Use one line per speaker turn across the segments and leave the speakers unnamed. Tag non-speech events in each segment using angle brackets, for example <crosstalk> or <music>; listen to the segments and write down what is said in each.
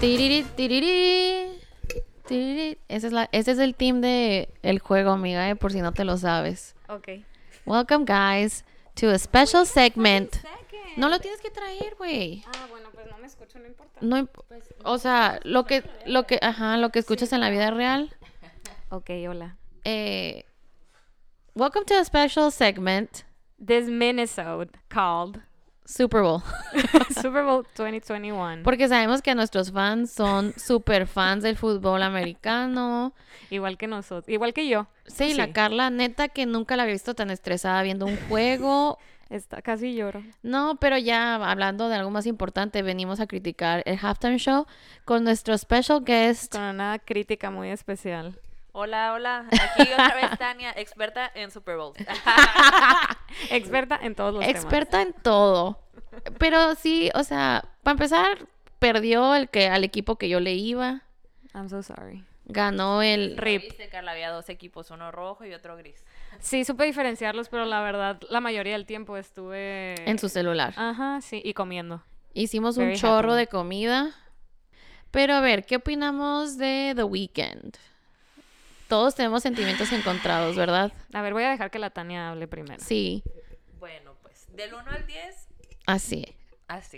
Tiriri, tiriri, tiriri. Esa es la, este es el team de el juego, amiga, eh, por si no te lo sabes.
Ok.
Welcome, guys, to a special segment. No lo tienes que traer, güey.
Ah, bueno, pues no me escucho, no importa.
No, imp- o sea, lo que, lo que, ajá, lo que escuchas en la vida real.
Ok, hola.
Eh, welcome to a special segment,
This Minnesota called <laughs>
Super Bowl. <laughs>
Super Bowl 2021.
Porque sabemos que nuestros fans son super fans del fútbol americano.
Igual que nosotros, igual que yo.
Sí, la Carla, neta que nunca la había visto tan estresada viendo un
<laughs>
juego.
Está, casi lloro.
No, pero ya hablando de algo más importante, venimos a criticar el halftime show con nuestro special guest.
Con una crítica muy <laughs> especial.
Hola, hola. Aquí otra vez Tania, experta en Super Bowl.
Experta en todos los temas.
Experta en todo. Pero sí, o sea, para empezar, perdió el que al equipo que yo le iba.
I'm so sorry.
Ganó el
Rip.
Viste, Carla, había dos equipos, uno rojo y otro gris.
Sí, supe diferenciarlos, pero la verdad, la mayoría del tiempo estuve...
en su celular.
Ajá, sí, y comiendo.
Hicimos un
Ah, Very
chorro
happy.
de comida. Pero a ver, ¿qué opinamos de The Weeknd? Todos tenemos sentimientos encontrados, ¿verdad?
A ver, voy a dejar que la Tania hable primero.
Sí,
Bueno, pues, del 1 al 10,
así. <laughs>
así.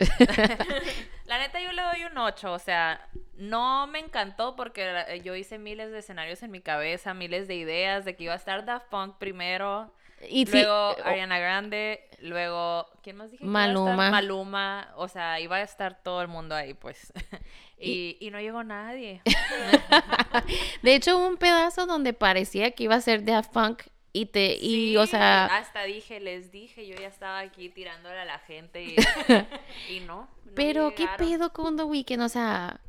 La neta, yo le doy un 8. O sea, no me encantó porque eh, yo hice miles de escenarios en mi cabeza, miles de ideas de que iba a estar Daft Punk primero.
Y sí, eh, oh.
luego
o-
Ariana Grande, luego, ¿quién más dije? que iba a estar?
Maluma.
Maluma, o sea, iba a estar todo el mundo ahí, pues. <laughs> Y, y no llegó nadie.
de hecho hubo un pedazo donde parecía que iba a ser Daft Punk y te y o
Sí,
sea,
hasta dije, les dije, yo ya estaba aquí tirándole a la
<laughs>
gente y, y no. no
pero qué
llegaron.
pedo con The Weeknd, o sea,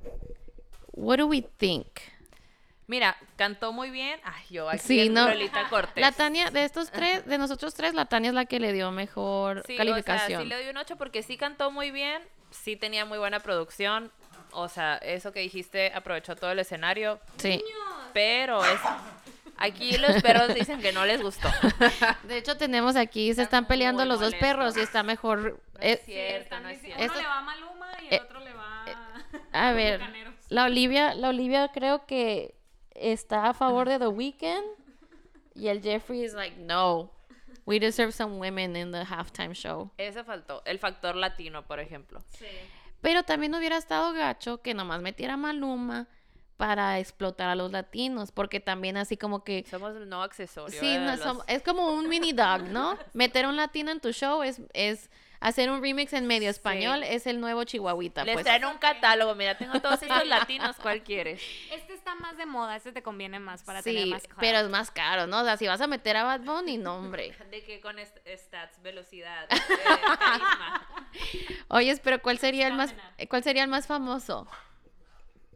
what do we think?
Mira, cantó muy bien. Ay, yo aquí
Sí,
en
no.
Lolita Cortés.
La Tania de estos tres, de nosotros tres, la Tania es la que le dio mejor
Sí, o sea,
calificación.
sí le doy un 8 porque sí cantó muy bien, sí tenía muy buena producción. O sea, eso que dijiste, aprovechó todo el escenario,
Sí.
pero es... Aquí los perros dicen que no
<laughs>
les gustó.
De hecho tenemos aquí se están
Están
peleando
muy
los dos
molestos.
perros y está mejor eh,
cierto, no es cierto.
Esto-
Uno le va a Maluma y el
Eh,
otro le va eh.
A ver,
Bucaneros.
la Olivia, la Olivia creo que está a favor de The Weeknd y el Jeffrey is like, no, we deserve some women in the halftime show.
Ese faltó, el factor latino, por ejemplo.
Pero también hubiera estado gacho que nomás metiera a Maluma para explotar a los latinos, porque también así como que
Somos no accesorios.
sí, no, som- es como un mini dog,
<laughs>
¿no? Meter a un latino en tu show es es hacer un remix en medio español es el nuevo chihuahuita,
Les
pues.
traen un catálogo, mira, tengo todos estos latinos, ¿cuál quieres?
Este está más de moda, este te conviene más para tener
sí,
más clout.
pero es más caro, ¿no? O sea, si vas a meter a Bad Bunny, no, hombre.
<laughs> De que con est- stats, <laughs> velocidad, eh, carisma.
Oyes, pero ¿cuál sería el más cuál sería el más famoso?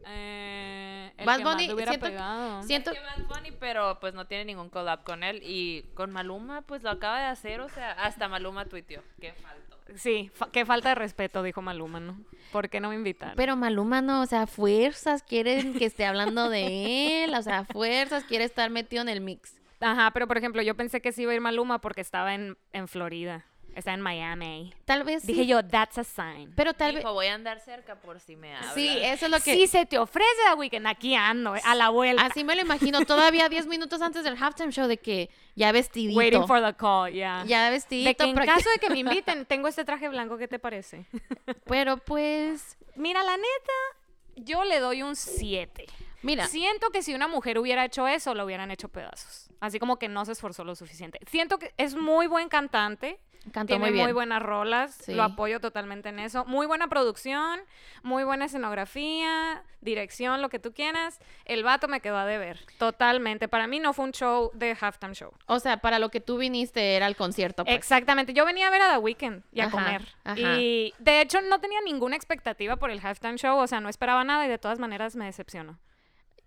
Eh, el
Bad
que
Bunny,
más le hubiera
siento-
pegado.
Siento
Es que Bad Bunny, pero pues no tiene ningún collab con él. Y con Maluma, pues lo acaba de hacer, o sea, hasta Maluma tuiteó. Qué falto.
Sí, fa- qué falta de respeto, dijo Maluma, ¿no? ¿Por qué no me invitaron?
pero Maluma no, o sea, fuerzas quieren que esté hablando de él, o sea, fuerzas quiere estar metido en el mix.
Ajá, pero por ejemplo, yo pensé que sí iba a ir Maluma porque estaba en, en Florida, estaba en Miami.
Tal vez sí,
Dije yo, that's a sign.
pero tal vez
Dijo, voy a andar cerca por si me habla.
Sí, eso es lo que
Si se te ofrece la weekend, aquí ando, eh, a la vuelta.
así me lo imagino todavía 10 minutos antes del halftime show de que ya vestidito.
Waiting for the call, yeah.
Ya
De
vestidito,
que en
practi-
caso de que
<laughs>
me inviten, tengo este traje blanco, ¿qué te parece?
pero pues
Mira, la neta, yo le doy un 7.
mira,
Siento que si una mujer hubiera hecho eso, lo hubieran hecho pedazos. Así como que no se esforzó lo suficiente. Siento que es muy buen cantante.
cantó
tiene
muy bien.
buenas rolas.
Sí.
Lo apoyo totalmente en eso. Muy buena producción, muy buena escenografía, dirección, lo que tú quieras. El vato me quedó a deber. Totalmente. Para mí no fue un show de halftime show.
O sea, para lo que tú viniste era el concierto, pues.
Exactamente. Yo venía a ver a The Weeknd y a
Ajá,
comer.
ajá.
Y de hecho no tenía ninguna expectativa por el halftime show. O sea, no esperaba nada y de todas maneras me decepcionó.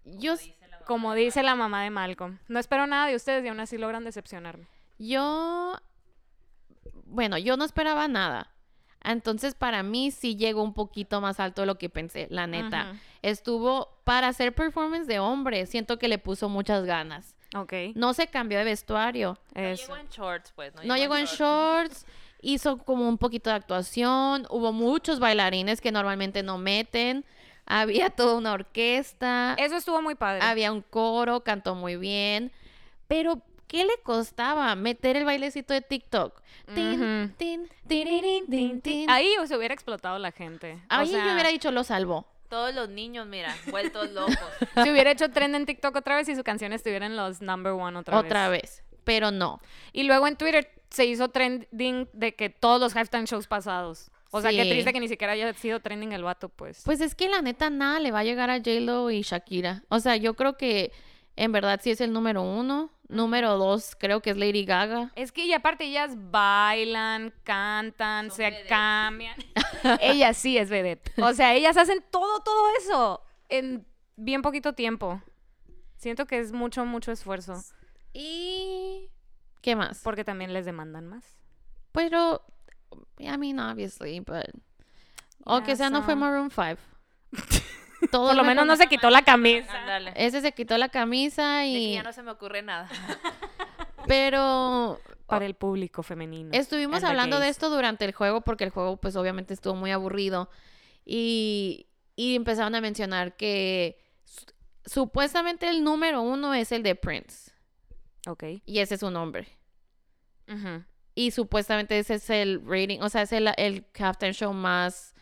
Yo
Como dice la mamá de Malcolm, no espero nada de ustedes y aún así logran decepcionarme.
Yo, bueno, yo no esperaba nada. Entonces, para mí sí llegó un poquito más alto de lo que pensé, la neta.
Ujú.
Estuvo para hacer performance de hombre, siento que le puso muchas ganas.
Ok.
No se cambió de vestuario,
No
Eso.
llegó en shorts, pues. No,
no llegó en shorts, hizo como un poquito de actuación, hubo muchos bailarines que normalmente no meten. Había toda una orquesta.
Eso estuvo muy padre.
Había un coro, cantó muy bien. Pero, ¿qué le costaba meter el bailecito de TikTok? Tin,
Ujú.
tin, tiririn, tin, tin.
Ahí se hubiera explotado la gente.
Ahí
sea-
yo hubiera dicho, lo salvó.
Todos los niños, mira, vueltos locos.
<laughs>
Se hubiera hecho trend en TikTok otra vez y su canción estuviera en los number one otra,
Otra, vez. Pero no.
Y luego en Twitter se hizo trending de que todos los halftime shows pasados. O sea, qué
Sí.
triste que ni siquiera haya sido trending el vato, pues.
Pues es que la neta nada le va a llegar a J-Lo y Shakira. O sea, yo creo que en verdad sí es el número uno. Número dos creo que es Lady Gaga.
Es que y aparte ellas bailan, cantan,
Son
se
vedettes. <laughs>
cambian. ellas sí es vedette. O sea, ellas hacen todo, todo eso en bien poquito tiempo. Siento que es mucho, mucho esfuerzo.
Y... ¿Qué más?
Porque también les demandan más.
Pero, I mean, obviously, but... O que
Yeah,
sea, no fue
so-
Maroon
<laughs>
5. Todo
Por lo
me
menos no
conoce-
se quitó la camisa.
Ándale.
Ese se quitó la camisa
De que
y...
ya no se me ocurre nada.
Pero
Para el público femenino.
Estuvimos
and the
hablando de
gays.
esto durante el juego porque el juego pues obviamente estuvo muy aburrido y, y empezaron a mencionar que su- supuestamente el número uno es el de Prince
Ok.
y ese es su nombre
Ujú.
y supuestamente ese es el rating, o sea es el, el halftime show más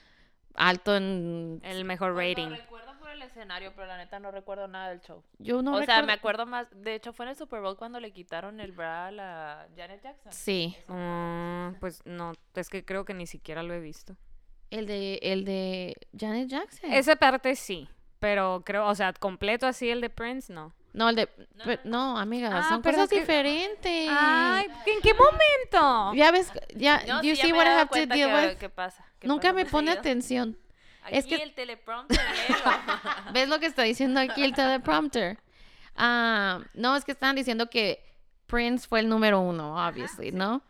alto en...
El mejor
Lo
rating.
recuerdo por el escenario, pero la neta no recuerdo nada del show.
Yo no
o sea,
recuerdo-
me acuerdo más. De hecho, fue en el Super Bowl cuando le quitaron el bra a la Janet Jackson.
Sí,
Ah, pues no, es que creo que ni siquiera lo he visto.
el de, el de Janet Jackson.
Esa parte sí, pero creo, o sea, completo así el de Prince, no.
No, el de... pero- no, amiga,
Ah,
son
pero
cosas
es que-
diferentes.
Ay, ¿en qué momento?
Ya ves, ya,
<laughs> No,
you
sí, ya
see
me
what
he
I
dado
have to
cuenta
deal
que-
with.
que pasa, que
Nunca
pasa
me
muy
pone
seguido.
atención.
Aquí
es que-
el teleprompter. Leo.
¿Ves lo que está diciendo aquí el
<laughs>
teleprompter? Ah, no, es que estaban diciendo que Prince fue el número uno, obviously, ¿no?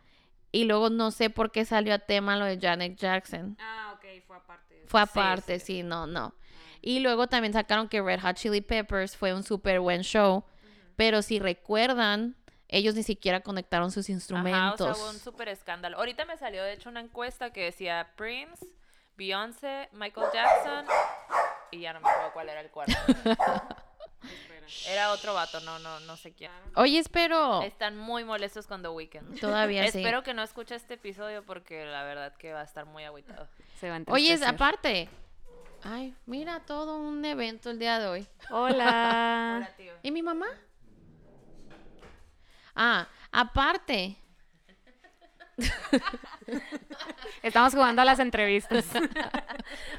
Y luego no sé por qué salió a tema lo de Janet Jackson.
Ah, ok, fue aparte.
Fue aparte, sí, no,
Mm.
no. Y luego también sacaron que Red Hot Chili Peppers fue un súper buen show. Pero si recuerdan, ellos ni siquiera conectaron sus
Ajá, o
instrumentos.
sea, hubo un súper escándalo. Ahorita me salió, de hecho, una encuesta que decía Prince, Beyoncé, Michael Jackson y ya no me acuerdo cuál era
<laughs>
el cuarto. era otro vato, no, no, no sé quién.
Oye, espero.
Están muy molestos con The Weeknd.
Todavía
<laughs>
sí.
Espero que no escuche este episodio porque la verdad que va a estar muy agüitado.
Se va a
Oye,
entristecer.
aparte. Ay, mira todo un evento el día de hoy.
<laughs> Hola.
¿Y mi mamá? Ah, aparte.
Estamos jugando a las entrevistas.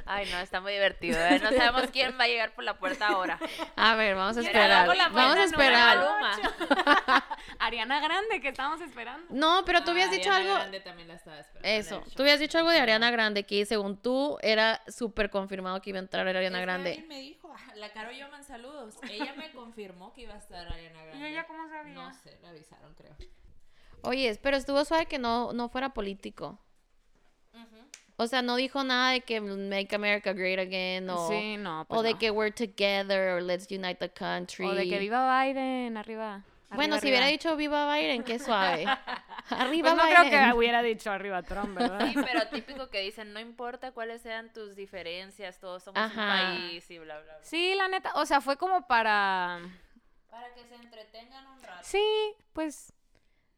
Ay, no, está muy divertido. ¿eh?
<laughs>
No sabemos quién va a llegar por la puerta ahora.
A ver, vamos a
Quiero hablar
esperar.
con la
Vamos a
buena nueva
esperar.
Maluma.
<laughs> Ariana Grande, que estábamos esperando.
No, pero tú habías
Ah,
dicho
Ariana
algo.
Grande también la estaba esperando en
Eso.
el show.
Tú habías dicho algo de Ariana Grande que según tú era súper confirmado que iba a entrar Ariana
Es que
Grande.
Alguien me dijo, ah, la Caro Yoman, saludos. Ella me confirmó que iba a estar Ariana Grande.
cómo sabía?
No sé, la avisaron, creo.
Oye, pero estuvo suave que no, no fuera político. O sea, no dijo nada de que Make America Great Again o,
Sí, no, pues
o de
no.
que We're Together o Let's Unite the Country.
O de que viva Biden, arriba.
bueno,
arriba,
si hubiera
arriba.
dicho Viva Biden, qué
<laughs>
suave. Arriba
Pues no
Biden.
creo que hubiera dicho arriba Trump, ¿verdad?
Sí, pues. pero típico que dicen, no importa cuáles sean tus diferencias, todos somos
Ajá.
un país y bla, bla, bla.
Sí, la neta, o sea, fue como para...
Para que se entretengan un rato.
Sí, pues...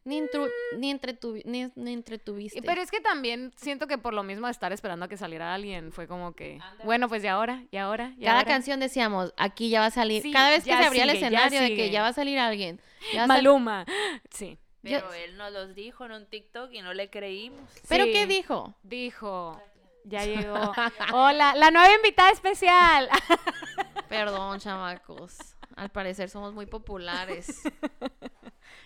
Ni, intru- ni, entretuvi- ni, ni entretuviste.
Pero es que también siento que por lo mismo de estar esperando a que saliera alguien, fue como que...
Ándale.
Bueno, pues ya ahora, ya ahora, ya
Cada
ahora.
canción decíamos, aquí ya va a salir.
Sí,
Cada vez que
ya
se abría el
sigue, ya
escenario de
sigue.
que ya va a salir alguien. ya va a sal-
Maluma. Sí.
Yo-
Pero él nos los dijo en un TikTok y no le creímos.
¿Pero
Sí.
qué dijo?
Dijo... Ya llegó.
<laughs>
Hola, la nueva invitada especial. <laughs>
Perdón, chamacos. Al parecer somos muy populares.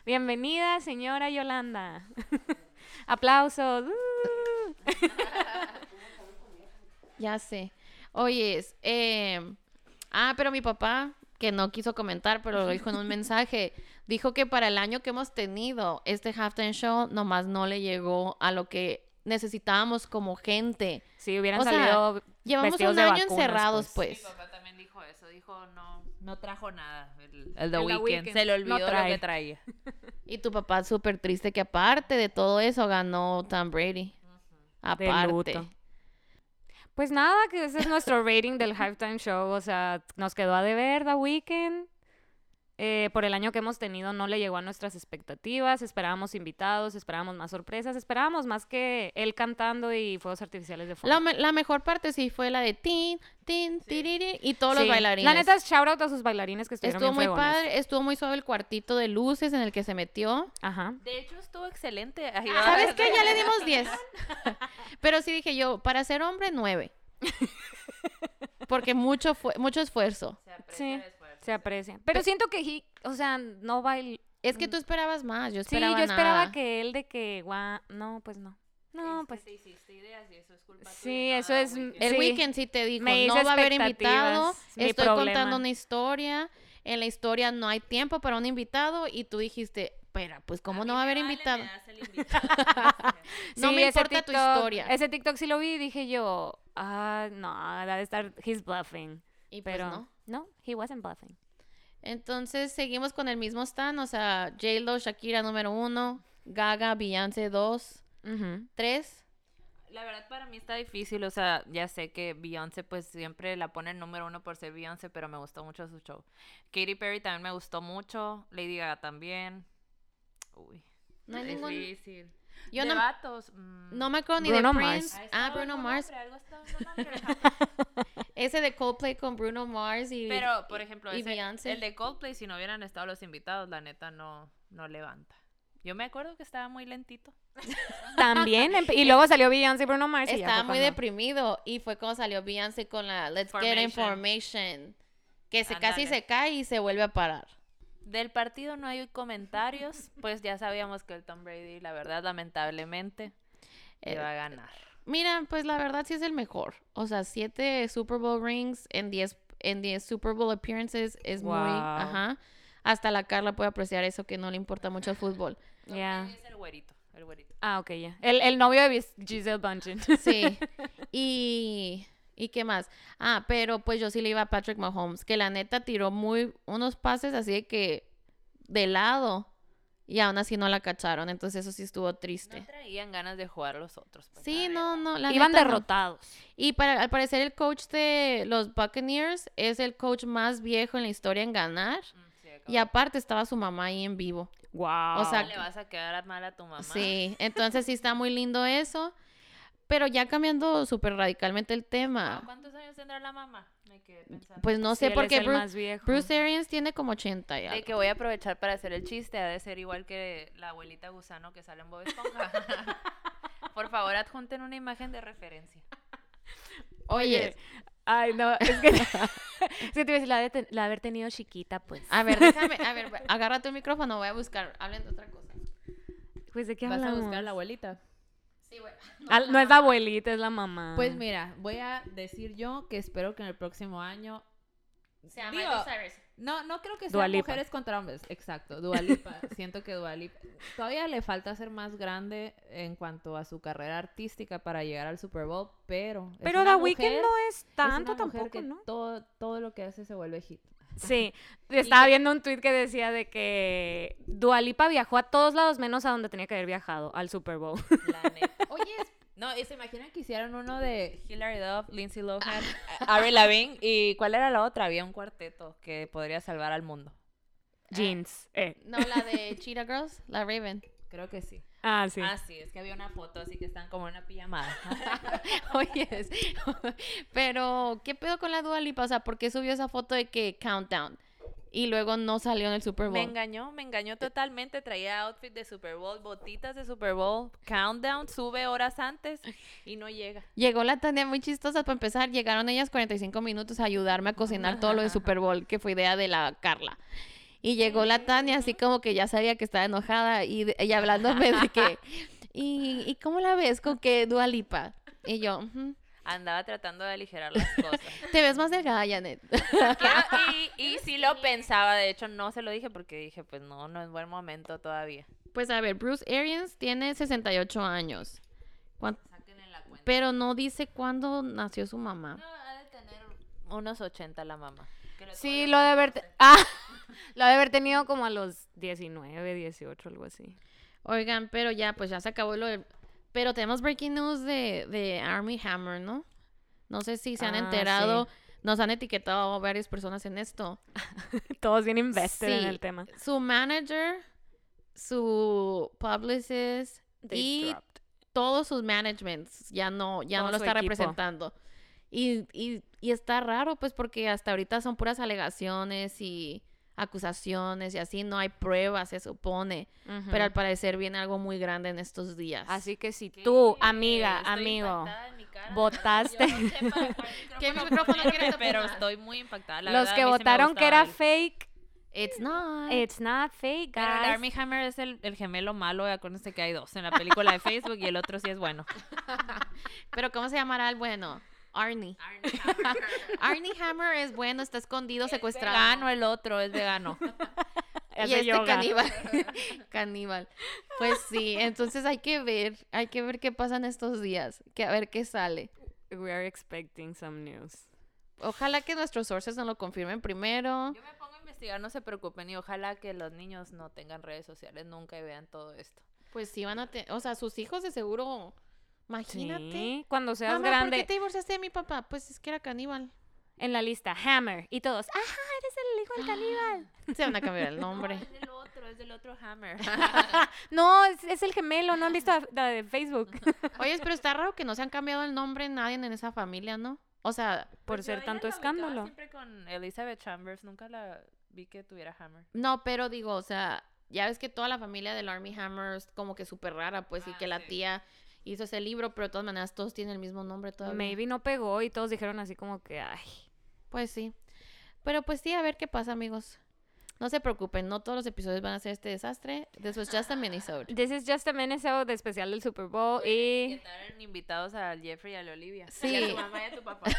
Bienvenida, señora Yolanda. <laughs> Aplausos. Uh.
Ya sé. Oyes, eh, ah, pero mi papá, que no quiso comentar, pero lo dijo en
<laughs>
un mensaje, dijo que para el año que hemos tenido, este halftime show nomás no le llegó a lo que necesitábamos como gente.
Sí, hubieran
O sea,
salido
Llevamos
vestidos
un
de
año
vacunas,
encerrados, pues.
pues.
Mi papá también dijo eso, dijo, no, no trajo nada. El, el The
El The
Weeknd.
Weeknd.
se le
No
olvidó lo
trae.
que traía.
Y tu papá súper triste que aparte de todo eso ganó Tom Brady.
de
Aparte.
luto. Pues nada, que ese es nuestro rating del Halftime Show. O sea, nos quedó a deber The Weeknd. Eh, por el año que hemos tenido no le llegó a nuestras expectativas. Esperábamos invitados, esperábamos más sorpresas, esperábamos más que él cantando y fuegos artificiales de fondo.
La, me- la mejor parte sí fue la de tin, tin, tiriri, y todos los
Sí.
bailarines.
La neta, shout out a sus bailarines que estuvieron
estuvo
bien
muy
fregones.
padre, estuvo muy suave el cuartito de luces en el que se metió. Ah,
Ajá.
De hecho, estuvo excelente. Ay, va a
¿Sabes
ver-
qué? Ya le dimos 10. Pero sí dije yo, para ser hombre, 9. Porque mucho, fue, mucho esfuerzo.
Se aprecia
Sí,
el esfuerzo.
se aprecia. Pero siento que, he- o sea, no bail...
Es que tú esperabas más, yo
Mm. Sí,
esperaba
yo esperaba
nada. Este
que él de que, guau, no, pues no. No,
Es que
pues
te hiciste ideas y eso es culpa tuya, Ah,
Sí,
no
eso
de
es-
Weeknd.
El
Sí.
weekend sí te dijo,
Me
no
hice
va a haber
expectativas,
invitado,
mi
estoy
problema".
contando una historia, en la historia no hay tiempo para un invitado y tú dijiste, pero pues cómo
A
no
mí
va a
me
haber
vale, me
invitado.
das el invitado.
No
Sí,
me
ese
importa tu
TikTok-
historia.
Ese TikTok sí lo vi y dije yo, ah, no, ha de estar, he's bluffing.
Y pues
Pero
no.
no, he wasn't bluffing.
Entonces seguimos con el mismo stand, o sea, J-Lo, Shakira número uno, Gaga, Beyoncé dos, tres.
La verdad para mí está difícil, o sea, ya sé que Beyoncé pues siempre la pone en número uno por ser Beyoncé, pero me gustó mucho su show. Katy Perry también me gustó mucho, Lady Gaga también. Uy,
No hay ningún...
difícil.
Yo
De
no,
vatos, mm.
no me acuerdo ni de
Bruno Mars.
Prince.
Ahí estaba
Ah, Bruno
algún
Mars.
nombre, algo estaba- no, no,
<laughs>
pero-
Ese de Coldplay con Bruno Mars y...
Pero, por ejemplo,
y
ese-
Beyoncé.
el de Coldplay, si no hubieran estado los invitados, la neta no, no levanta. Yo me acuerdo que estaba muy lentito.
<laughs>
También, empe- y luego salió Beyoncé y Bruno Mars y ya
Estaba
fue
muy
cuando-
deprimido y fue cuando salió Beyoncé con la Let's Get
Formation.
Information, que se casi
Ándale.
se cae y se vuelve a parar.
Del partido no hay
<laughs>
comentarios, pues ya sabíamos que el Tom Brady, la verdad, lamentablemente,
Eh,
iba a ganar.
Mira, pues la verdad sí es el mejor. O sea, siete Super Bowl rings en 10 en 10 Super Bowl appearances es
Wow.
muy, ajá. Hasta la Carla puede apreciar eso que no le importa mucho el fútbol.
Ya.
Es el güerito, el güerito.
Ah, ok, ya. El, el novio de Gis- Giselle Bundchen.
Sí. Y ¿y qué más? Ah, pero pues yo sí le iba a Patrick Mahomes, que la neta tiró muy unos pases así de que de lado y aún así no la cacharon, entonces eso sí estuvo
No
triste.
traían ganas de jugar los otros. pues,
Sí,
la
no,
verdad.
no, la
Iban
neta, no.
derrotados.
Y para, al parecer el coach de los Buccaneers es el coach más viejo en la historia en ganar.
Mm, sí, acabo-
Y aparte estaba su mamá ahí en vivo.
Wow.
O sea,
le vas a quedar mal a tu mamá. <laughs>
Sí, entonces sí está muy lindo eso. Pero ya cambiando súper radicalmente el
Ah,
tema,
¿Cuántos años tendrá la mamá? Me quedé pensando.
pues no sé, porque Bru-
más viejo.
Bruce Arians tiene como 80 ya.
de que voy a aprovechar para hacer el chiste, ha de ser igual que la abuelita gusano que sale en Bob Esponja. <laughs> Por favor, adjunten una imagen de referencia.
Oye,
Ay, no, es que... <laughs> es que te iba a decir, la de, ten- la de haber tenido chiquita, pues.
a ver, déjame, a
<laughs>
ver, va- agárrate el micrófono, voy a buscar, hablen de otra cosa.
Pues, ¿de qué hablamos?
abuelita?
Sí, bueno.
Al- no es la abuelita, es la mamá.
Pues mira, voy a decir yo que espero que en el próximo año.
Se llama
Digo,
Miley Cyrus.
no, no creo que
Dua
sean
Lipa.
mujeres contra hombres.
<laughs>
Exacto, Dualipa. Siento que Dualipa. Todavía le falta ser más grande en cuanto a su carrera artística para llegar al Super Bowl, pero. es
Pero
una
The Weeknd
mujer-
no es
es
tanto
una mujer
tampoco,
que <laughs>
¿no?
Todo, todo lo que hace se vuelve hit.
Sí, estaba viendo un tuit que decía de que Dualipa viajó a todos lados menos a donde tenía que haber viajado, al Super Bowl.
Oye, es- no, y se imaginan que hicieran uno de Hilary Duff, Lindsay <laughs> Lohan, Avril Lavigne y ¿cuál era la otra? Había un cuarteto que podría salvar al mundo.
Jeans. Eh.
No, la de Cheetah Girls, la Raven.
Creo que sí.
Ah, sí.
Ah, sí, es que había una foto así que están como en una <laughs> pijamada.
<laughs> Oyes, pero ¿qué pedo con la Dua Lipa? O sea, ¿por qué subió esa foto de que Countdown? Y luego no salió en el Super
me
Bowl.
engañó, me engañó totalmente. Traía outfit de Super Bowl, botitas de Super Bowl, countdown, sube horas antes y no llega.
Llegó la Tania muy chistosa para empezar. Llegaron ellas 45 minutos a ayudarme a cocinar todo lo de Super Bowl, que fue idea de la Carla. Y llegó la Tania así como que ya sabía que estaba enojada y de- ella hablándome de que... ¿Y, y cómo la ves con que Dua Lipa? Y yo, "Ujú,
Andaba tratando de aligerar <laughs> las cosas.
te ves más delgada, Janet.
Quiero- y, y sí lo pensaba, de hecho no se lo dije porque dije, pues no, no es buen momento todavía.
Pues a ver, Bruce Arians tiene 68 años. ¿Cuán-
Saquen la cuenta.
Pero no dice cuándo nació su mamá.
ha de tener unos 80 la mamá.
Sí, lo de haber... te- Ah, lo de haber tenido como a los 19, 18, algo así. <laughs>
Oigan, pero ya, pues ya se acabó lo del... Pero tenemos breaking news de, de Army Hammer, ¿no? No sé si se han
Ah,
enterado, nos han etiquetado a varias personas en esto.
Todos bien invested en
Sí.
el tema.
Su manager, su publicist
They
y
dropped.
todos sus managements ya no, ya
Todo
no lo
su
está
equipo.
representando. Y, y, y está raro, pues, porque hasta ahorita son puras alegaciones y acusaciones y así, no hay pruebas, se supone.
Ujú.
Pero al parecer viene algo muy grande en estos días.
Así que si
¿Qué?
tú, amiga,
eh, Estoy
amigo,
impactada en
<laughs>
mi cara.
votaste.
Yo no sé para cuál
¿Qué micrófono
ponerme,
quieres
Pero
apuntar?
estoy muy impactada. la
los
verdad,
que
a mí sí me
votaron que
gustaba
era
él.
fake,
It's not.
it's not fake,
Pero el
guys.
Army Hammer es el, el gemelo malo, y acuérdense que hay dos en la película de Facebook y el otro sí es
<laughs>
bueno.
Pero ¿cómo se llamará el bueno? Arnie. <laughs> Arnie Hammer es bueno, está escondido,
Pues
secuestrado.
Vegano el otro, es vegano.
y
Hace
este <laughs>
yoga.
caníbal. caníbal. Pues sí, entonces hay que ver, hay que ver qué pasa en estos días, que a ver qué sale.
We are expecting some news.
Ojalá que nuestros sources nos lo confirmen primero.
<laughs> Yo me pongo a investigar, no se preocupen y ojalá que los niños no tengan redes sociales nunca y vean todo esto.
Pues sí van a tener, o sea, sus hijos de seguro, imagínate.
Sí, cuando seas
Mamá, ¿por
grande,
qué te divorciaste de mi papá? Pues es que era caníbal.
en la lista, Hammer, y todos, ajá, eres el hijo del caníbal.
Se van a cambiar el nombre.
Ah, es del otro, es del otro
<laughs>
Hammer. Ah.
No, es, es el gemelo, ¿no han visto la- la de
<laughs>
Facebook?
<laughs>
Pues
Oye, pero está raro que no se han cambiado el nombre nadie en esa familia, ¿no? O sea,
Por ser tanto escándalo.
Siempre con Elizabeth Chambers, nunca la vi que tuviera Hammer.
No, pero digo, o sea, ya ves que toda la familia del Army Hammer es como que súper rara, pues, y
Ah,
que la
sí.
tía hizo ese libro, pero de todas maneras todos tienen el mismo nombre todavía.
Maybe no pegó y todos dijeron así como que, ay.
Pues sí. Pero pues sí, a ver qué pasa, amigos. No se preocupen, no todos los episodios van a ser este desastre. This was just a
<laughs>
minisode.
This is just a Minnesota de especial del Super Bowl y
Estaban invitados al Jeffrey y a la Olivia.
Sí.
Y a tu mamá y a tu <laughs> papá.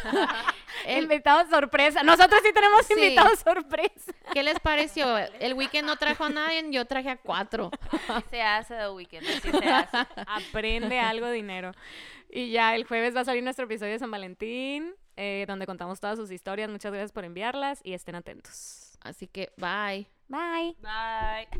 El-
invitados sorpresa. Nosotros sí tenemos
Sí.
invitados sorpresa.
¿Qué les pareció? El weekend no trajo a nadie, yo traje a cuatro.
Así se hace The Weeknd, así se hace.
Aprende algo dinero. Y ya el jueves va a salir nuestro episodio de San Valentín, eh, donde contamos todas sus historias. Muchas gracias por enviarlas y estén atentos.
Así que, bye.
Bye.
Bye.